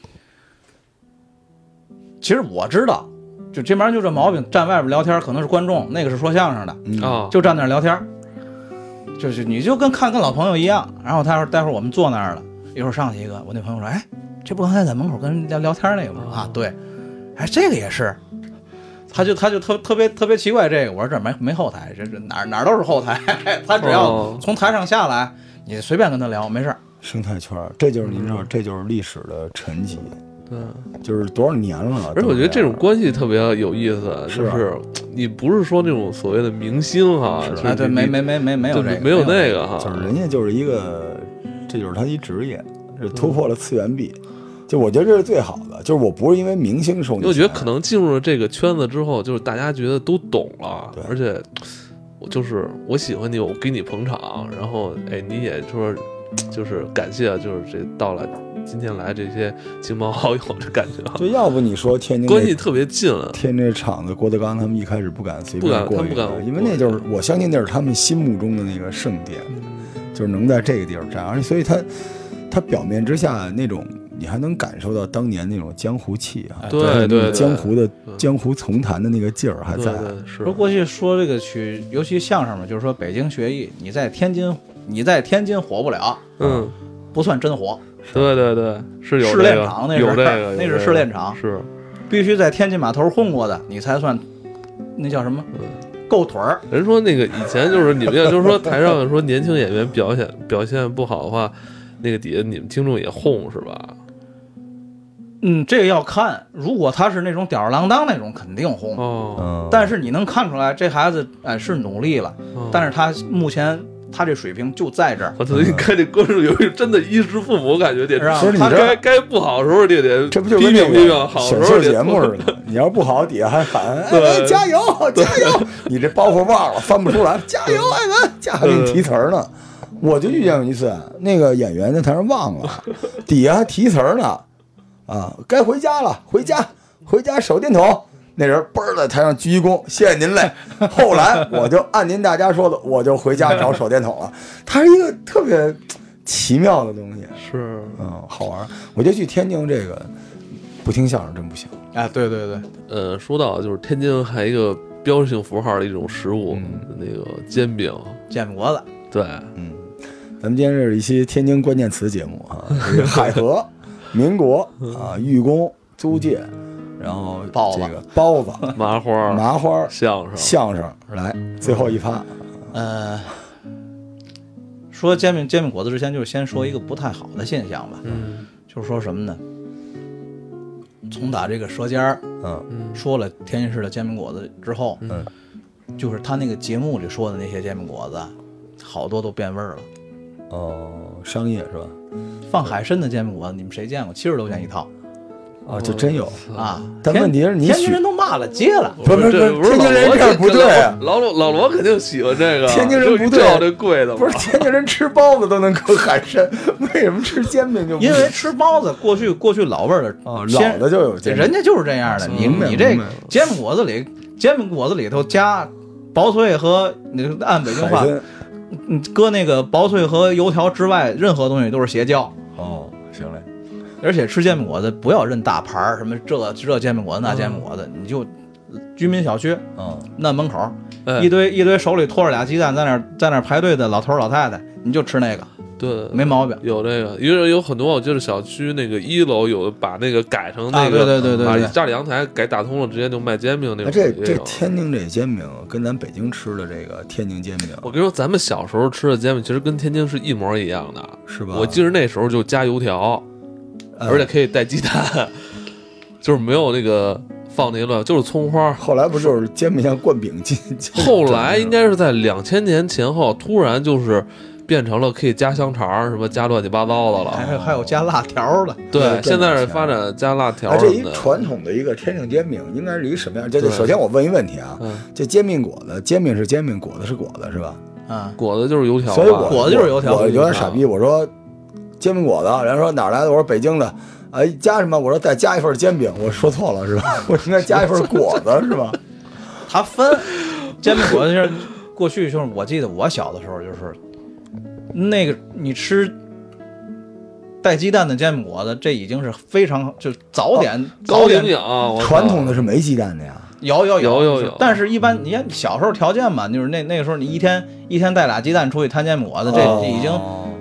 其实我知道，就这帮人就这毛病，站外边聊天儿可能是观众，那个是说相声的，
嗯，
啊，
就站那儿聊天儿，就是你就跟看跟老朋友一样。然后他说待会儿我们坐那儿了，一会儿上去一个，我那朋友说，哎，这不刚才在门口跟人聊聊天儿那个吗？啊，对，哎，这个也是。他就他就特特别特别奇怪这个，我说这没没后台，这这哪儿哪儿都是后台，他只要
哦
从台上下来，你随便跟他聊没事儿。
生态圈儿，这就是
嗯
您知道，这就是历史的沉积，
对。
就是多少年了。
而且我觉得这种关系特别有意思，
是
就
啊
是你不是说那种所谓的明星哈，就是
啊
哎，对，
你
没没没没没有
对
这个，
没有那
个。
个哈，
就是人家就是一个，这就是他一职业，是突破了次元
嗯
壁。就我觉得这是最好的，就是我不是因为明星受
因
你
为
钱，
我觉得可能进入了这个圈子之后，就是大家觉得都懂了
对，
而且我就是我喜欢你，我给你捧场，然后哎，你也说就是感谢，就是这到了今天来这些亲朋好友的感觉啊，
就要不你说天津
关
那
系特别近啊，
天津这场子，郭德纲他们一开始不敢随便
不
过
敢
去
他们
的
不，敢
因为那就是我相信那是他们心目中的那个圣殿，
嗯
就是能在这个地儿站，而且所以他他表面之下那种你还能感受到当年那种江湖气啊，
哎对
就是那种
对对
江湖的
对
江湖丛谈的那个劲儿还
对
在，
对是
说，过去说这个曲，尤其相声嘛，就是说北京学艺，你在天津，你在天津火不了，
嗯，
不算真火，
对对对，是有
试
这
炼
个
场那是
有 这个，有
那是
这个
试炼场
是
必须在天津码头混过的，你才算那叫什么
嗯
够腿儿。
人说那个以前就是你们要就是说台上说年轻演员表现表现不好的话，那个底下你们听众也哄是吧？
嗯，这个要看，如果他是那种吊儿郎当那种，肯定红。
哦，
嗯，
但是你能看出来，这孩子哎是努力了，但
是
是他目前他这水平就在这儿，
我操，你看这观众有一真的衣食父母，我感觉得
是吧
不是你
他
这
该该不好的时候就得
这不就
批
跟那
评批评，
个
好
选
的时候
秀
得
节目
做
似 的，你要是不好，底下还喊哎
对
哎加油加油，你这包袱忘了翻不出来，加油艾文，加还给你提词儿呢。我就遇见过一次，那个演员在台上忘了，底下还提词儿呢，啊，该回家了，回家回家手电筒。那人嘣儿在台上鞠一躬，谢谢您嘞。后来我就按您大家说的，我就回家找手电筒了。它是一个特别奇妙的东西，
是
嗯，好玩儿。我觉得去天津这个不听相声真不行。
哎，对对对，
呃，说到就是天津还有一个标志性符号的一种食物，
嗯
那个煎饼，
煎饼果子，
对，
咱们今天这是一期天津关键词节目 啊，这个海河、民国啊、寓公、租界，然后
包子
这个包子、
麻花、
麻花儿、
相声，
相声，来最后一趴，
呃，说煎饼煎饼果子之前，就是先说一个不太好的现象吧，
嗯
就是说什么呢？从打这个舌尖儿
嗯
嗯
说了天津市的煎饼果子之后，
嗯，
就是他那个节目里说的那些煎饼果子，好多都变味儿了。
哦，商业是吧？
嗯放海参的煎饼果子，你们谁见过？七十多块钱一套
啊，就真有，
啊！
但
天
问题是你
天津
许
人都骂了街了，
不是不是
这
不是天津人这样不对啊
老罗老罗肯定喜欢这个，
天津人不对
就叫这贵的嘛，
不是天津人吃包子都能嗑海参，为什么吃煎饼就不
因为吃包子过去过去老味儿的
哦
先
老的就有煎饼嗯
人家就是这样的。你
明白
你这
明白
煎饼果子里煎饼果子里头加薄脆和那个按北京
海
话
参
嗯，搁那个薄脆和油条之外，任何东西都是邪教。
哦，行嘞，
而且吃煎饼果子不要认大牌儿，什么这这煎饼果子那煎饼果子，你就居民小区
嗯，
那门口儿
哎
一，堆一堆手里托着俩鸡蛋在那儿在那儿排队的老头儿老太太，你就吃那个
对，
没毛病。
有这个，因为有很多，我记得小区那个一楼有把那个改成那
啊，对
个，
对对对啊
把
对，
家里阳台改打通了，直接就卖煎饼那种。
那啊这
也
这
有啊
天津这煎饼跟咱北京吃的这个天津煎饼
我跟你说，咱们小时候吃的煎饼其实跟天津是一模一样的。
是吧？
我记得那时候就加油条，
嗯
而且可以带鸡蛋， 就是没有那个放那些乱，就是葱花。
后来不就是煎饼像灌饼进？就是
后来应该是在两千年前后，突然就是变成了可以加香肠儿，什么加乱七八糟的了。
还有还有加辣条的，
对，
对
现在是发展加辣条
哎，这
什
啊
一
么的。
传统的一个天津煎饼应该是一个什么样？这这
对
首先我问一问题啊，
嗯，
这煎饼果子，煎饼是煎饼，果子是果子是吧？
啊，
果子就是油条
所以我
吧？
果子就是油条
我有点傻逼，我说煎饼果子，人家说哪儿来的？我说北京的。哎，加什么？我说再加一份煎饼，我说错了是吧？ 我应该加一份果子是吧？
它分煎饼果子就是过去就是我记得我小的时候就是那个你吃带鸡蛋的煎饼果子，这已经是非常就早点哦早
高
点
营养，啊我操
传统的是没鸡蛋的呀。
有有
有有
有
有嗯
但是一般你看小时候条件嘛，就是那那个时候你一天一天带俩鸡蛋出去摊煎饼果子，这
哦
这已经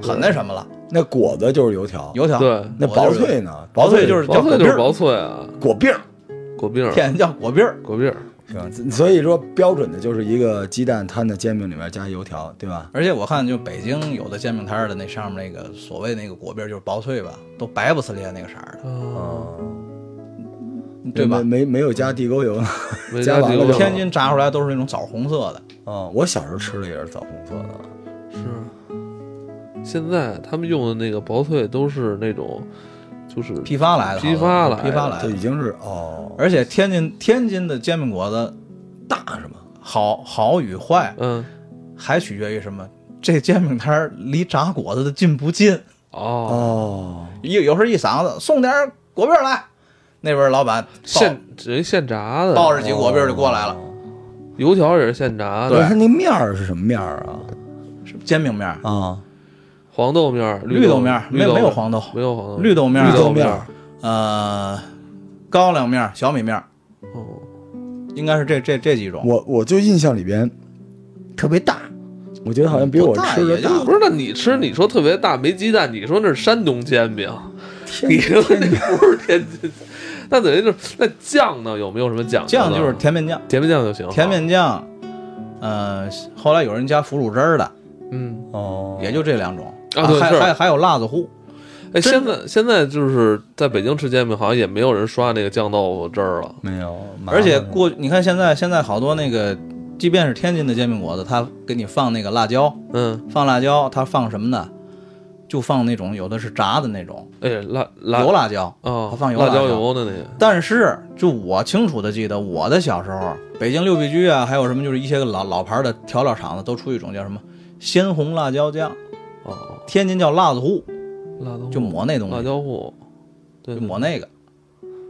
很那什么了。
那果子就是油条，
油条
对
那
我
薄
就是
脆呢？
薄脆就是
薄脆
叫果
就
篦
是
儿
薄脆啊，
果篦儿，
果篦儿，
天叫果篦儿，
果篦儿。
行。所以说标准的就是一个鸡蛋摊的煎饼里面加油条，对吧？
而且我看就北京有的煎饼摊儿的那上面那个所谓那个果篦儿就是薄脆吧，都白不呲咧那个色儿
哦
啊，
的，哦对吧？
没没没有加地沟油。
没
加完
地
了
沟
就
油
天津炸出来都是那种枣红色的，
嗯，我小时候吃的也是枣红色的。
是，现在他们用的那个薄脆都是那种，就是
批发来的，
批发来的
批发来
这
的
已。经是哦，
而且天津天津的煎饼果子
大是吗？
好好与坏
嗯
还取决于什么？这煎饼摊儿离炸果子的近不近？嗯
哦，
哦，
有有时候一嗓子送点儿果篦儿来，那边老板抱
现直接现炸的，
抱着几果篦儿就过来了，
油条也是现炸
那
的，
它那面儿是什么面儿啊？
是煎饼面儿、
啊，
黄豆面儿、
绿豆
豆
面
面
儿
儿、，
没
绿
有
豆
没有
面儿
黄豆，
没有黄豆，
绿豆面儿、
绿
豆
面
儿
儿，
呃，高粱面儿、小米面儿，
哦，
应该是这这这几种。
我我就印象里边特别大，我觉得好像比我吃
不大
的
也就
大。
不是，那你吃你说特别大没鸡蛋，你说那是山东煎饼，
天
你说那不是天津， 那等于就是那酱呢有没有什么讲究呢？
酱就是甜面酱，
甜面酱就行，
甜面酱，呃，后来有人加腐乳汁儿的，
嗯，
哦，
也就这两种。
啊对
还
是
还还有辣子糊，
哎，
真
现在现在就是在北京吃煎饼，好像也没有人刷那个酱豆腐汁儿了。
没有，麻
而且
烦了
过你看现在现在好多那个，即便是天津的煎饼果子，它给你放那个辣椒，
嗯，
放辣椒，它放什么呢？就放那种有的是炸的那种
哎，辣辣
油辣椒，
哦
它，放油
辣
辣
椒
椒
油的那个，
但是，就我清楚的记得，我的小时候，北京六必居啊，还有什么就是一些个老老牌的调料厂子，都出一种叫什么鲜红辣椒酱，
哦，
天津叫辣子糊，
辣椒
就抹那东
辣
西，
椒糊，对，
就
对
抹那个。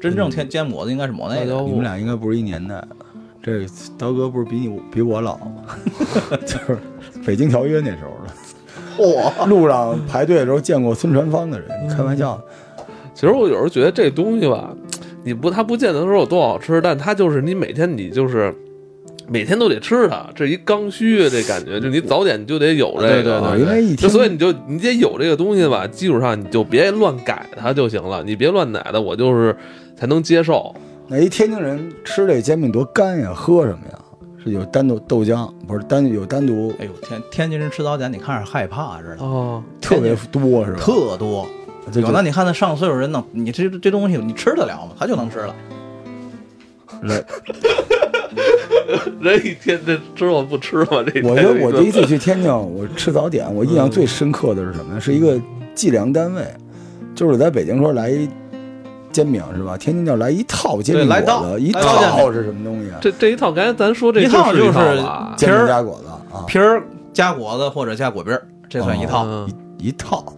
真正天煎果子应该是抹那
辣
个，
椒
你们
糊。
俩应该不是一年代的，这刀哥不是比你比我老 吗？就是北京条约那时候的，路上排队的时候见过孙传芳的人，
嗯
你开玩笑呢，
其实我有时候觉得这东西吧，你不它不见得说有多好吃，但它就是你每天你就是。每天都得吃它，这一刚需这感觉，就你早点你就得有这个，
啊对对
我
对
哦因为 一
就
听
所以你就你得有这个东西吧，基础上你就别乱改它就行了，你别乱奶的，我就是才能接受。
那一天津人吃这煎饼多干呀，喝什么呀？是有单独豆浆，不是单有单独
哎呦天，天津人吃早点，你看着害怕似的，
哦，
特别多是吧？
特多。
这
有
就
那你看那上岁数人呢，你这这东西你吃得了吗？他就能吃了。
来，
人一天这吃我不吃嘛，这
我
这
觉得我
这
第一嗯次去天津，我吃早点，我印象最深刻的是什么呢？是一个计量单位，就是在北京说来一煎饼是吧？天津叫来一套煎饼
对来
果
道
子，一
来道煎
套是什么东西啊？
这这一套，刚才咱说这
一
套
套就是是
吧嗯
煎饼
皮儿
加果子啊，
皮儿加果子或者加果篦儿，这算一套。
嗯
一一套。对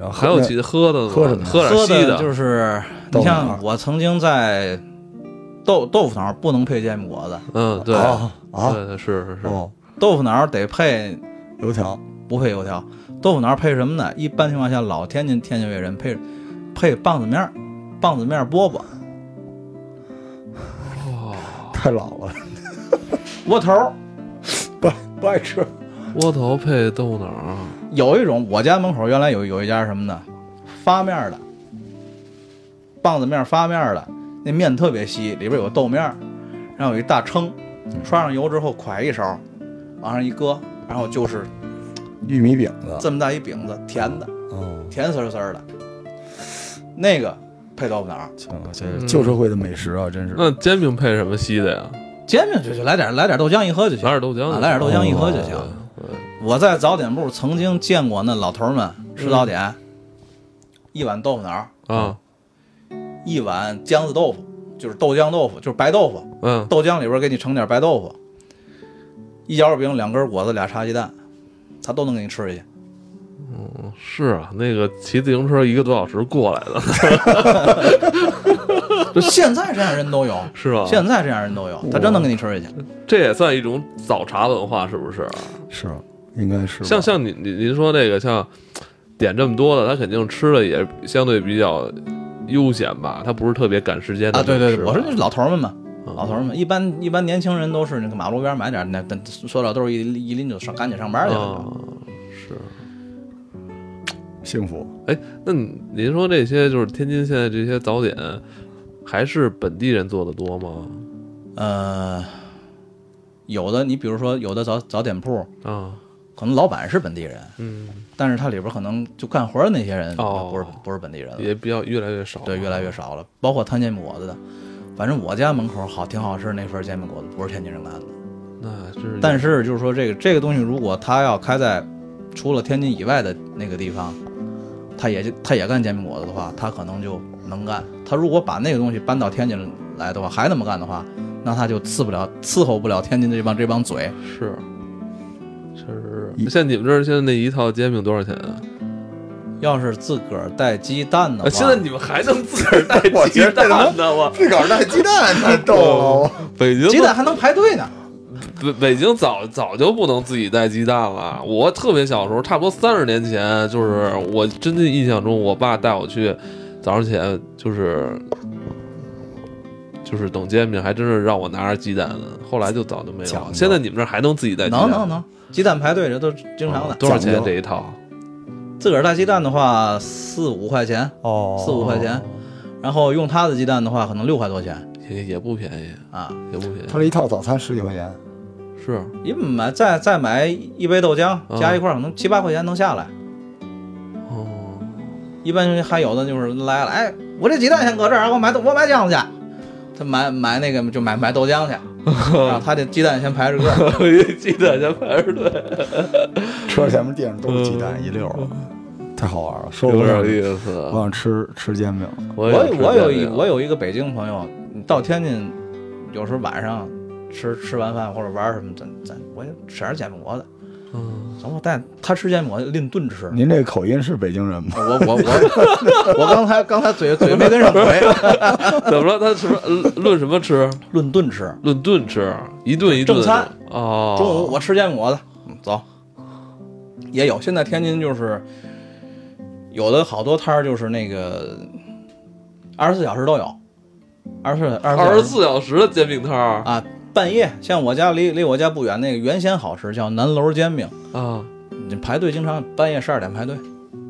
然后
还有
那
其喝的呢
喝什么呀
喝点
喝
稀
的就是，你
豆腐脑
像我曾经在豆豆腐脑儿不能配煎饼果子，
嗯，对，
啊啊
对，是是是，
哦
豆腐脑儿得配
油条，
不配油条。豆腐脑儿配什么呢？一般情况下，老天津天津卫人配配棒子面儿、棒子面儿饽饽、
太老了，
窝头儿。
不不爱吃。
窝头配豆脑儿，
有一种，我家门口原来有有一家什么呢？发面儿的，棒子面儿发面儿的，那面特别稀，里边有豆面儿，然后有一大称，
嗯
刷上油之后㧟一勺，往上一搁，然后就是
玉米饼子，
这么大一饼子，甜的，
哦，
嗯
甜丝儿丝儿的，那个配豆腐脑儿，
行，这是旧社会的美食啊，真是。
那煎饼配什么稀的呀？
煎饼就就来点来点豆浆一喝就行
来。点豆浆
啊
就行，
来点豆浆一喝就行
哦
我在早点部曾经见过那老头儿们吃早点，一碗豆腐脑儿，
对啊，
一碗浆子豆腐，就是豆浆豆腐，就是白豆腐，
嗯，
豆浆里边给你盛点白豆腐，一摇饼，两根果子，俩茶鸡蛋，他都能给你吃下去。
是啊，那个骑自行车一个多小时过来的，
现在这样人都有，
是吧？
现在这样人都有，他真能给你吃下去。
这也算一种早茶文化，是不是？
是，应该是吧
像像你你您说这个，像点这么多的，他肯定吃的也相对比较悠闲吧，他不是特别赶时间的
啊，对对对，我说
说
那是老头儿们嘛，老头儿
们
们一般一般年轻人都是那个马路边买点那那塑料兜一一拎就上，赶紧上班去了。
啊，是。
幸福，
那你您说这些就是天津现在这些早点，还是本地人做的多吗？嗯
呃，有的你比如说有的早早点铺，
啊，
可能老板是本地人，
嗯，
但是他里边可能就干活的那些人
哦
不是不是本地人了，
也比较越来越少，
对，越来越少了。包括摊煎饼果子的，反正我家门口好挺好吃那份煎饼果子，不是天津人干的。
那这是
但是就是说这个这个东西，如果他要开在除了天津以外的那个地方，他也就他也干煎饼果子的话，他可能就能干。他如果把那个东西搬到天津来的话，还那么干的话，那他就伺不了伺候不了天津这帮这帮嘴。
是，确实
一
是。像你们这儿现在那一套煎饼多少钱啊？
要是自个儿带鸡蛋的话，
啊 现在你们还能自个儿 带
我
鸡
觉得这他妈
蛋呢？我
自个儿带鸡蛋太逗了。
北京
鸡蛋还能排队呢。
北北京早早就不能自己带鸡蛋了。我特别小时候，差不多三十年前，就是我真的印象中，我爸带我去早上起来就是就是等煎饼，还真是让我拿着鸡蛋呢。后来就早就没有
讲
了
究。
现在你们这儿还能自己带鸡蛋？哦
能能能，鸡蛋排队这都是经常的。
多少钱
讲究
这一套？
自个儿带鸡蛋的话，四五块钱，
哦
四五块钱。然后用他的鸡蛋的话，可能六块多钱
也也不便宜，
啊。
也不便
他这一套早餐十几块钱，
宜。是
你买再再买一杯豆浆，
嗯
加一块儿可能七八块钱能下来。
哦，
一般还有的就是来了，哎，我这鸡蛋先搁这儿，我买豆我买酱去。他买买那个就买买豆浆去，然后他这鸡蛋先排着个儿。
鸡蛋先排着队，
车前面地上都是鸡蛋一溜儿，太好玩了。说
有
不
点
上，
意
我
思。
想吃吃煎饼，
我
我
也
有我有
吃
一
煎饼
我有一个北京朋友，到天津，有时候晚上吃吃完饭或者玩儿什么，咱咱我先吃点儿煎饼果子，
嗯，
咱我带他吃煎饼果子拎炖 吃。
您这口音是北京人 吗？
我我我我刚才刚才嘴嘴没跟上嘴，
怎么了？他什么论什么吃？
论 炖吃。
论顿吃，一顿一顿
正餐
哦。
中午我吃煎饼果子，嗯走。也有，现在天津就是有的好多摊儿就是那个二十四小时都有，二十
二
二
十四小时的煎饼摊儿
啊，半夜像我家离离我家不远那个原先好吃叫南楼煎饼，
啊！
你排队经常半夜十二点排队，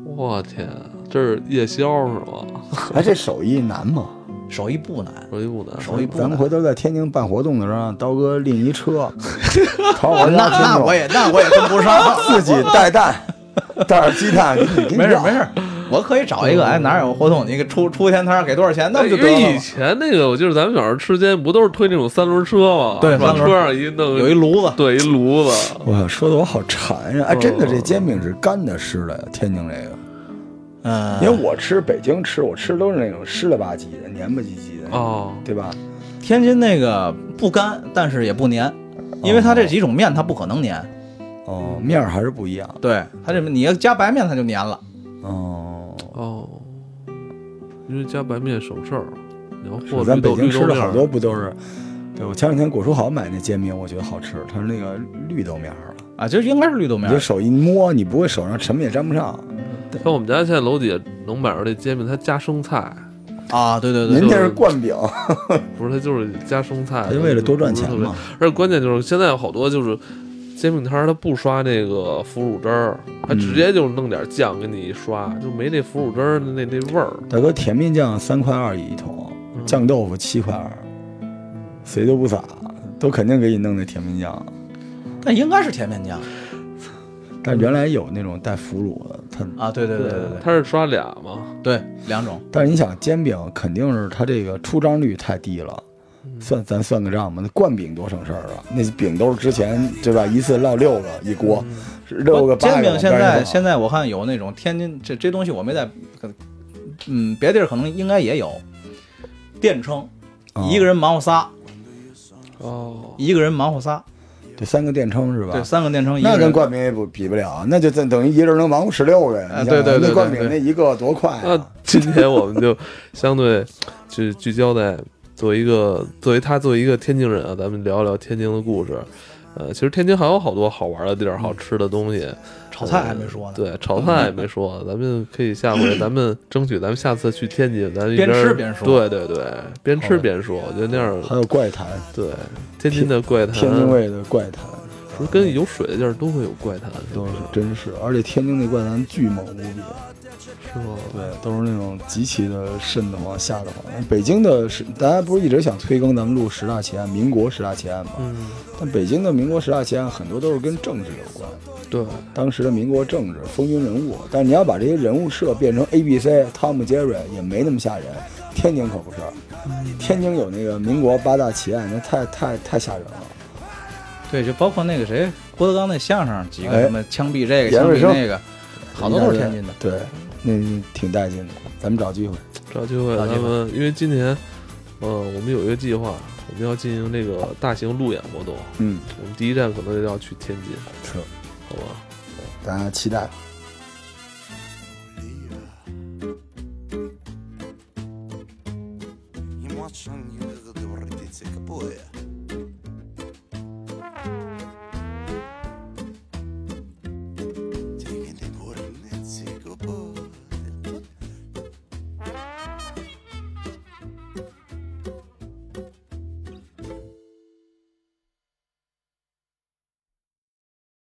我天，这是夜宵是吗？
哎，这手艺难吗？
手艺不难，
手艺不难，
手艺不
咱们
难。
回头在天津办活动的时候，让刀哥拎一车， 淘
那
宝上
那我也那我也 跟不上，
自己带 蛋，带点鸡蛋，给你给你
没事
要
没事，我可以找一个，哎，
嗯
哪有活动，你给出出一天摊儿，给多少钱，那不就得
哎因
了
为以
吗？
前那个，我记得咱们小时候吃煎，不都是推那种三轮车吗？
对
往
三轮
车上一弄，
有一炉子，
对一炉子，
哇，说的我好馋呀！哎，真的，
嗯
哦
这煎饼是干的湿的呀，天津这个。
嗯，
因为我吃北京吃，我吃都是那种湿了吧唧的、黏吧唧唧的，
哦
对吧？
天津那个不干，但是也不粘，因为它这几种面它不可能粘，
哦，面儿还是不一样。
对它这你要加白面它就粘了。
哦，
哦，因为加白面省事儿。你要和
是
绿
咱北
豆
京
绿
吃
豆
的
面
好
儿
多，不都是？对，我前两天果蔬好买那煎饼，我觉得好吃，它是那个绿豆面儿的。
啊，就应该是绿豆
你
面
这。手一摸，你不会手上什么也沾不上。
像我们家现在楼底下能买着这煎饼，它加生菜，
啊，对对对，
您
就
这是
是
灌饼，
不是它就是加生菜，
因为了多赚
不是
钱
特别
嘛。
而且关键就是现在有好多就是煎饼摊儿，它不刷那个腐乳汁儿，它直接就弄点酱给你一刷，就没那腐乳汁儿的那那味儿。
大哥，甜面酱三块二一桶，
嗯
酱豆腐七块二，谁都不撒，都肯定给你弄那甜面酱。
但应该是甜面酱
但原来有那种带腐乳的，它，
啊，对对对对对
它是刷俩嘛，
对，两种
但是你想煎饼肯定是它这个出张率太低了。
嗯
算咱算个账吧，那灌饼多省事儿啊！那饼都是之前对吧？一次烙六个一锅，六个
嗯
八
煎
个
饼
往
现
边儿一
在
放
现在我看有那种天津这这东西我没在，嗯，别地儿可能应该也有，电称，
啊
一个人忙活仨，
哦，
一个人忙活仨，
对三个电称是吧？
对，三个电称，一
那
个
跟
人
灌饼也不比不了，啊那就等等于一人能忙活十六个呀。
哎
你
对
想
对
想
对
那灌
对
饼
对
那一个多快
那
啊！
今天我们就相对聚聚焦在作为一个 作为他作为一个天津人啊，咱们聊一聊天津的故事。呃，其实天津还有好多好玩的地儿，好吃的东西。 呃
炒菜还没说呢，
对，炒菜也没说， 咱们可以下回，咱们争取，咱们下次去天津，咱一
边
边
吃边说
对对对，边吃边说，我觉得那样
还有怪谈，
对。天津的怪谈，
天
嗯
津卫的怪谈
不是跟有水的地儿都会有怪谈，是
都
吧
是真是，而且天津那怪谈巨猛无比，
是吗？
对，都是那种极其的瘆得慌、吓得慌。北京的是，大家不是一直想催更咱们录十大奇案、民国十大奇案吗？
嗯，
但北京的民国十大奇案很多都是跟政治有关，
对，
当时的民国政治风云人物。但是你要把这些人物设变成 A、B、C、汤姆、杰瑞，也没那么吓人。天津可不是，
嗯
天津有那个民国八大奇案，那太太太吓人了。
对，就包括那个谁郭德纲那相声几个
哎
什么枪毙这个
严
枪
瑞
毙
生
那个，好多都是天津的，
对，那挺带劲的。咱们找机会，
找机会
找机
咱
会
们因为今年，呃，我们有一个计划，我们要进行这个大型路演活动，
嗯，
我们第一站可能要去天津，
是，
好吧？
大家期待。
Не младше, не говорите, как